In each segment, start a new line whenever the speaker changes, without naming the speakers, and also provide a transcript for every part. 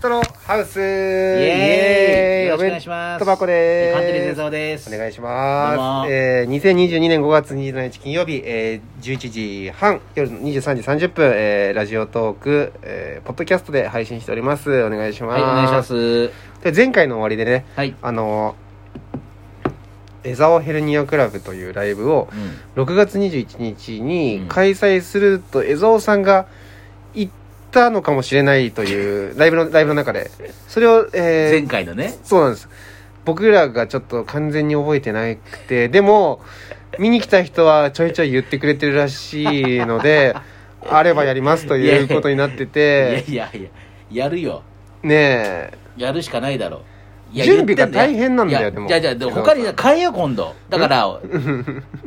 トのハウスイ
イ
エー
エーイ
イお
よろしくお
弁
願いします
当箱で
カントリーゼ
す
ザオです
お願い
し
します
どうも
えー、2022年5月27日金曜日、えー、11時半夜の23時30分、えー、ラジオトーク、えー、ポッドキャストで配信しておりますお願いします、
はいお願いします
で前回の終わりでね
はい、
あのーエザオヘルニアクラブというライブを
う
6月21日
う
に
ん
開催すると、江蔵さんが行ったのかもしれないという、ライブの、ライブの中で。それを、
ん、
え
前
ー、
回のね
そうなんです。僕らがちょっと完全に覚えてなくて、でも、見に来た人はちょいちょい言ってくれてるらしいので、 あればやりますということになって
いや
て、
いやいややるよ
ねえ、
やるしかないだろういや
準備が
言ってだ
大変なんだよ
いや
でも
じゃあじゃあでも他に変えよう今度だから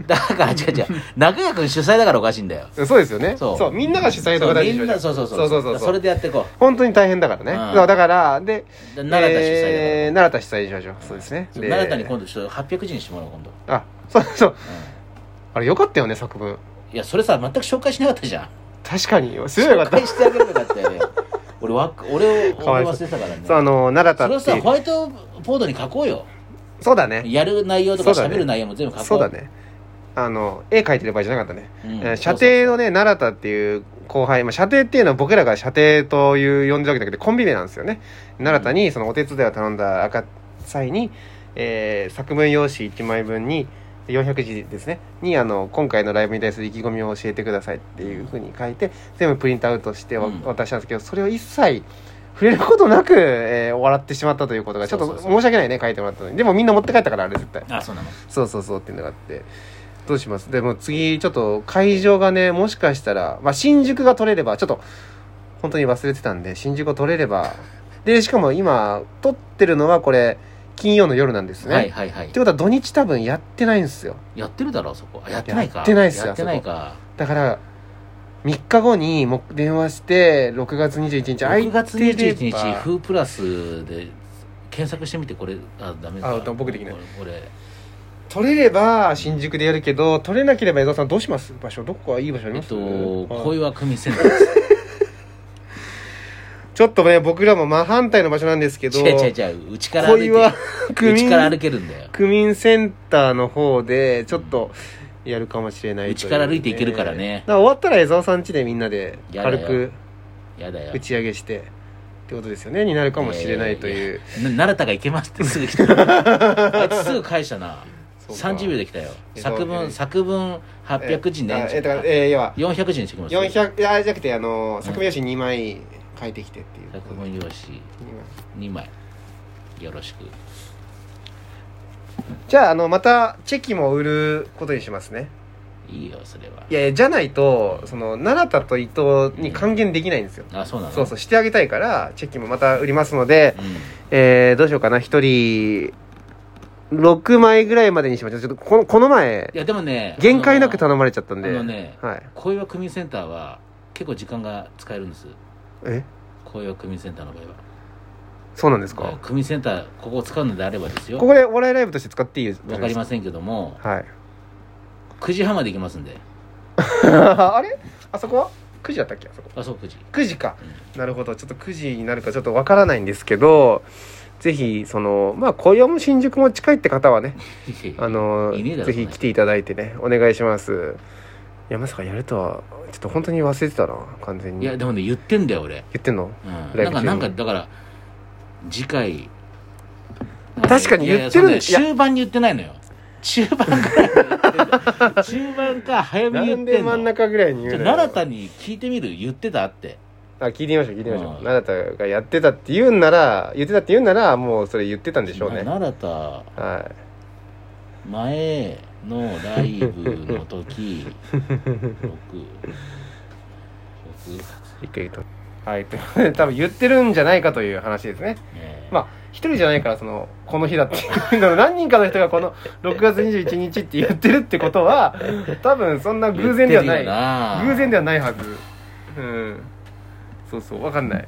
だから違う違う中谷君主催だからおかしいんだよ
そうですよね。
そう
そう、みんなが主催とか
そう
大
み
事でし
んな
ょ
そうそうそう
そうそうそう
それでやっていこ
本当に大変だからね。
うん
そうだから、で、
うで奈良田主催だから、
えー奈良田主催にしましょう。そうですね。
そう
で
奈良田に今度ちょっと800字にしてもらおう今度、う
あそうそう。
ん
あれ、よかったよね、作文。
いやそれさ全く紹介しなかったじゃん
確かに、すごいよかっ
紹介してあげるのかっ たよね俺わ俺を
かわ
俺
いそう
忘れてたからね
た。そう、あの、奈
それ
良田っ
をさ
てい
ホ
う。
ワイトボードに書こうよ
そうだね。
やる内容とか
そうだね
喋る内容も全部書こう
そうだね。あの、絵描いてる場合じゃなかったね。
うん
えー射程のね、奈良田っていう後輩、まあ、射程っていうのは僕らが射程という呼んでるわけだけど、コンビ名なんですよね。奈良田にそのお手伝いを頼んだ赤際に、えー作文用紙1枚分に、400字ですね。に、あの、今回のライブに対する意気込みを教えてくださいっていうふうに書いて、全部プリントアウトしてわ
うん
渡したんですけど、それを一切触れることなく、えー終わってしまったということが、ちょっ
そう
と
そう
申
そう
し訳ないね、書いてもらったのに。でもみんな持って帰ったから、あれ絶対。
あそうなの
そうそうそうっていうのがあって。どうしますでも次、ちょっと会場がね、もしかしたら、まあ、新宿が取れれば、ちょっと、本当に忘れてたんで、新宿を取れれば。で、しかも今、撮ってるのはこれ、金曜の夜なんですね。
は
っ
い
て
はいはい
ことは土日多分やってないんですよ。
やってるだろそこあやってないか
やってないっすよ
やってないか
だから、3日後にもう電話して、6月21日、
6月21
空い
日
てれば
「フープラスで検索してみてこれあダメだ
あ僕できない
俺俺
取れれば新宿でやるけど、取れなければ江澤さんどうします場所、どこがいい場所あり
えっ
ます
と
はい
小岩組センタ ーです
ちょっとね、僕らも真反対の場所なんですけど、
違う違う違ううちから歩
小
いて
岩区
うちから歩
民、
けるんだよ
区民センターの方で、ちょっとやるかもしれないという
ちから歩いていけるからね
だから終わったら江沢さん家でみんなで
やだ
軽
よ
く
やだよ
打ち上げして、ってことですよね、になるかもしれないという。
えーな奈良田が行けますってすぐ 来たあいつすぐ返したな
そうか
30秒できたよ
え
作
そう
文
ね
作文800字ね
ええだから、えー、要は、
400字にしてきます
400、あ、じゃなくて、あの、作業紙2枚書いてきてっていう。
作文用紙
二枚
2枚よろしく
じゃあ、あの、また、チェキも売ることにしますね。
いいよそれはい
やいや、じゃないと、その、奈良田と伊藤に還元できないんですよ。
あそうなの
そうそう、してあげたいから、チェキもまた売りますので、
うん
えー、どうしようかな、一人、6枚ぐらいまでにしましょう。ちょっと、この、この前
い、やでもね
限界なく
む
頼まれちゃったん
あ
で
の、ね
はい。
小岩組センターは結構時間が使えるんです
え
小岩組センターの場合は
そうなんです
だから
か
組センターここを使うのであればですよ
ここでお笑いライブとして使っていいです。
わかりますせんけども
はい。
9時半まで行きますんで
あれあそこは ?9 時だったっけあそこ。
あそう9時
9時か。なるほど。ちょっと9時になるかちょっとわからないんですけど、ぜひ、その、まあ、小岩も新宿も近いって方はね、あの
いねえだろ
ぜひ来ていただいてねお願いしますいやまさかやるとはちょっと本当に忘れてたな完全
い
に
や
言
でもね言ってんだよ俺、
ってんの
うん、
ライブ
なん
中
か
に
なんかだから次回
確かに言ってるん
いやいや
で
そんな終盤に言ってないのよ中盤からい中盤か早めに
な
言
ん
って
で
んの
真ん中ぐらいに
じ
言う
ゃ
の
あ奈良田に聞いてみる言ってたって
あ聞いてみましょう聞いてみましょう
うん
奈良田がやってたって言うんなら言ってたって言うんならもうそれ言ってたんでしょうね
奈良田
は
前のライブの 時六
い
六
一回言うとはい ということで多分言ってるんじゃないかという話ですね
ね
まあ一人じゃないからそのこの日だっていうの何人かの人がこの6月21日って言ってるってことは多分そんな偶然ではない偶然で
は
はないはずうんそうそうわかんない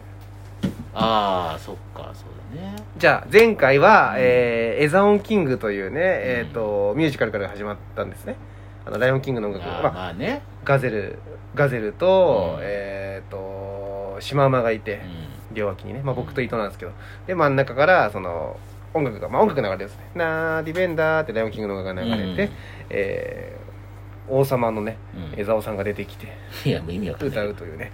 ああそっかそうだね
じゃあ前回は、
うん
えーエザオンキングというね、えー、とミュージカルから始まったんですねあのライオンキングの音楽
あ
が、
ー
まあ、
まあね
ガゼルガゼルと、
うん
えっ、とシマウマがいて
う、ん
両脇にね、まあ、僕と伊藤なんですけどで真ん中からその音楽が、まあ、音楽流れてですね「なーディベンダー」ってライオンキングの音楽が流れて、
うん
えー王様のね
うん
江沢さんが出てきて
いやもう意味わかんな
歌
いう
というね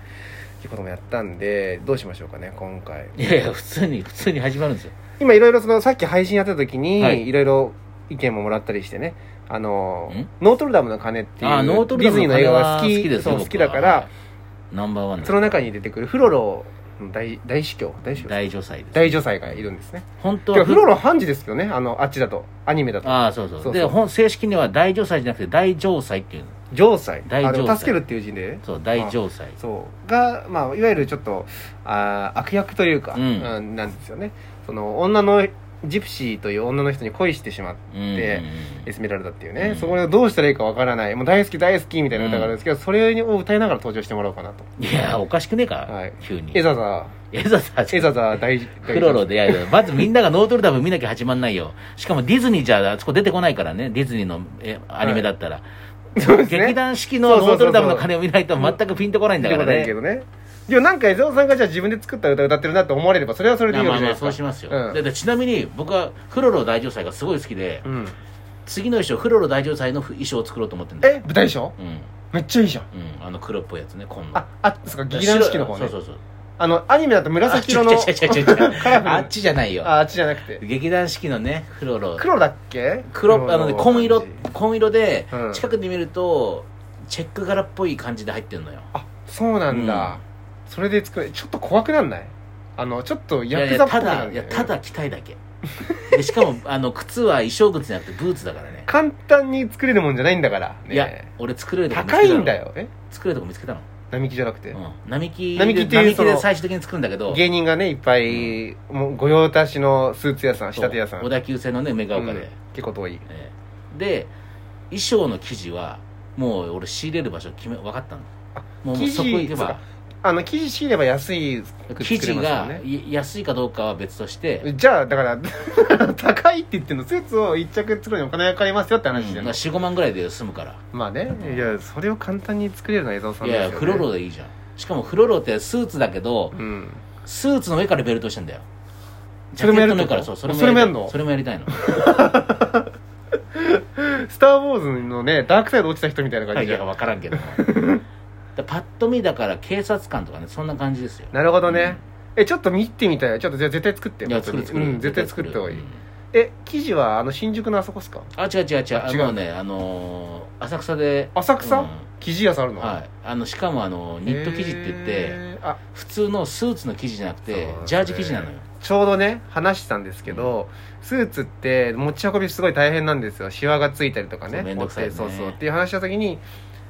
いうこともやったんでどうしましょうかね今回
いやいや普通に普通に始まるんですよ
今いろいろそのさっき配信やってた時に、、
はいい
ろいろ意見ももらったりしてねあの
ん
ノートルダムの鐘っていう
あーノートル
デ
ダ
ィズ
ム
ニー
の鐘
の映画が好
は
き
好きです
そう
僕は
好きだから、
ナンバーワン
その中に出てくるフロロの大大司教大司教
大女祭です
大女祭がいるんですね
本当
てか
は
フロロ判事ですけどねあのあっちだとアニメだと
ああそうそ
そ
う
うそう
で本正式には大女祭じゃなくて大城祭っていうの
城祭
大
あ
城
の
祭
助けるっていう字で
そう大城祭
そうが、まあ、いわゆるちょっとあー悪役というか、
うん
うんなんですよねその女のジプシーという女の人に恋してしまって
で
エスメラルダっていうね、
うん
そこでどうしたらいいかわからないもう大好き大好きみたいな歌があるんですけど、それを歌いながら登場してもらおうかなと
いやおかしくねえか、
はい
急に
エザザ
エザさ
エザザ大大
クロロでいやいやまずみんながノートルダム見なきゃ始まんないよしかもディズニーじゃあそこ出てこないからねディズニーのえアニメだったら、
そうですね
劇団四季のノートルダムの鐘を見ないと全くピンとこないんだ
見た
か
ことな
ら
い
ね
けどねでもなんか江沢さんがじゃあ自分で作った歌歌ってるなって思われればそれはそれでいいわ
ま
け
あ
じゃないです
まあ
か
そうしますよ、
うん
だってちなみに僕はフロロ大城祭がすごい好きで、
うん
次の衣装フロロ大城祭の衣装を作ろうと思ってるんだよ
え舞台衣装
うん
めっちゃいいじゃん
うんあの黒っぽいやつね紺の
ああそっか劇団四季の方ね
そうそうそう
あのアニメだと紫色の
あ違う違う違う違う
カラフル
あっちじゃないよ
ああっちじゃなくて
劇団四季のねフロロ
黒だっけ
黒あのね紺色紺色で
うん
近くで見るとチェック柄っぽい感じで入ってるのよ
あそうなんだ、それで作るちょっと怖くなんないあのちょっとヤクザっぽ
いや
く
い
なる
やただ
ん
い
だ
や
よね
ただ着たいだけでしかもあの靴は衣装靴じゃなくてブーツだからね
簡単に作れるもんじゃないんだから、ね、
いや俺作れるとこ見つけ
高
たの
いんだよえ
作れるとこ見つけたの
並木じゃなくて、
うん並木
並木っていう
並木
そ
で
の
最終的に作るんだけど
芸人がねいっぱい、もう御用達のスーツ屋さん仕
そう
立て屋さん
小田急線のね梅ヶ丘で、
うん結構遠い
ええで衣装の生地はもう俺仕入れる場所決め分かったの
あ
もう
生地
そこ行
そ
け
う
ば
かあの生地仕入れば安い服
生
作れ
地
ますよ
が
ね
い安いかどうかは別として、
じゃあだから 高いって言ってんのスーツを一着作るのにお金がかかりますよって話じゃ、
うんん、45万ぐらいで済むから、
まあねいやそれを簡単に作れるのは江澤さん
い
ですよ、ね、
やいやフロロでいいじゃんしかもフロロってスーツだけど
うん
スーツの上からベルトしてんだよジ
そ
ャ
れも
ケ
や
ッ
るって
トの
こ
上か
と
らそうそれもやり
それも
た
や
い
んの
それもやりたいの
スター・ウォーズのねダークサイド落ちた人みたいな感じ
い
じゃ
や
ん、
分からん けどだパッと見だから警察官とかねそんな感じですよ
なるほどね、えちょっと見てみたいちょっとじゃあ絶対作って
いや
本当
作
に
る作る、
うん、絶対作った方がいい、
うん
え生地はあの新宿のあそこっすか
あ違う違う違う
あ
あ
違う
のねあのー浅草で
浅草、
うん
生地屋さんあるの
はいあのしかもあのニット生地って言って
へーあ
普通のスーツの生地じゃなく
そう
て
だね
ジャージ生地なのよ
ちょうどね話したんですけど、スーツって持ち運びすごい大変なんですよシワがついたりとかね
そうめんどくさいよね
そうそうっていう話した時に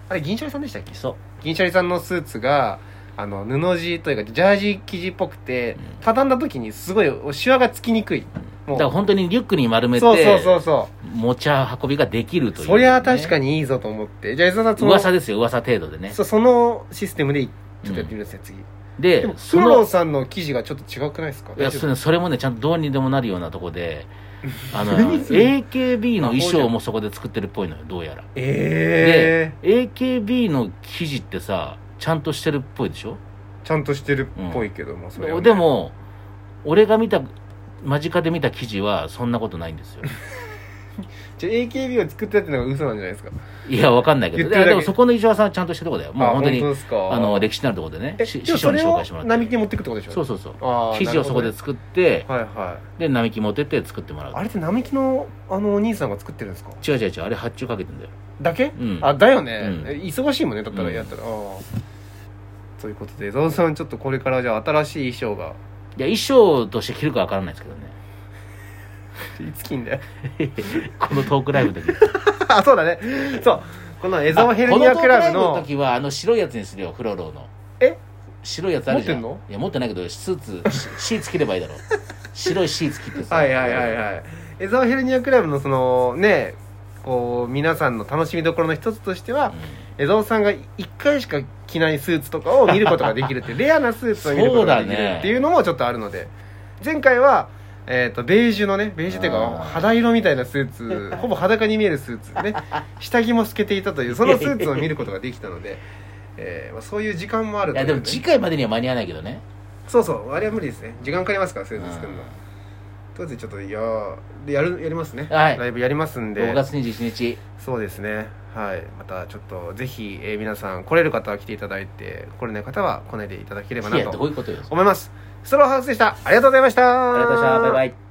あれ銀シャリさんでしたっけ
そう
銀シャリさんのスーツがあの布地というかジャージ生地っぽくて、
うん
畳んだ時にすごいシワがつきにくいも
だから本当にリュックに丸めて
そうそうそうそ
持ち運びができる
う
というね、
そりゃ確かにいいぞと思ってじゃあ伊沢さんその
噂ですよ噂程度でね
そそのシステムでちょっとやってみるんですね、次
で
でも
そ
フロ
の
ロさんの記事がちょっと違くないですか
いや
大丈夫
それそれもねちゃんとどうにでもなるようなとこで あの
何それ
AKB の衣装もそこで作ってるっぽいのよどうやら
え
で
え
AKB の生地ってさちゃんとしてるっぽいでしょ
ちゃんとしてるっぽいけども、それはね
でも俺が見た間近で見た記事はそんなことないんで すよ
じゃあ AKB を作ったってのが嘘なんじゃないですか
いやわかんないけ
言
ど
ってる
で
だけ
でもそこの石原さんはちゃんとしたとこだよもう
あ
本当に
本
あ
ですか
の歴史のあるところでね
え
し
でも
師
そ
匠に
れ
紹
を
介してもらっ
並木
て
に持ってくってことでしょ
そうそうそう
あー
生地をそこで作って、
はいはい
で並木持ってって作ってもらう
あれって並木のあのお兄さんが作ってるんですか
違う違う違うあれ発注かけてんだよ
だけ、
うん
あだよね、
うん
忙しいもんねだったら
うん
やったら、ああということでゾウさんちょっとこれからじゃあ新しい衣装が
いや衣装として着るかわからないですけどね
いつ着んだよ
このトークライブの時
あそうだねそうこの江沢ヘルニ
あ
ア
こ
ク
のトー
ラ
ライ
ブ
ブの
の
時はあの白いやつにするよフロローの
え
白いやつあるじゃん
持ってんの
いや持ってないけどス ーツシシーツ着ればいいだろ白いシーツ着てさ
はいはいはい
い
はい江沢ヘルニアクラブのそのねこう皆さんの楽しみどころの一つとしては、江澤さんが一回しか着ないスーツとかを見ることができるっていう レアなスーツを見ることができるっていうのもちょっとあるので、前回は、えー、とベージュのねベージュっていうか
あー
肌色みたいなスー ツほぼ裸に見えるスーツね下着も透けていたというそのスーツを見ることができたので、えーまあ、そういう時間もある
い
とい
や
う
でも
ね
次回までには間に合わないけどね
そうそうあれは無理ですね時間かかりますからスーツ作るの
う
とりあえずちょっといやーやるやりますね、
はい
ライブやりますん
ん
で
6月21日
そうですねはいまたちょっとぜひ、えー皆さん来れる方は来ていただいて来れない方は来ないでいただければない
やどう
と
いうことよあり
思いますスローハウスでしたありがとうございました
がとうございましたバイバイ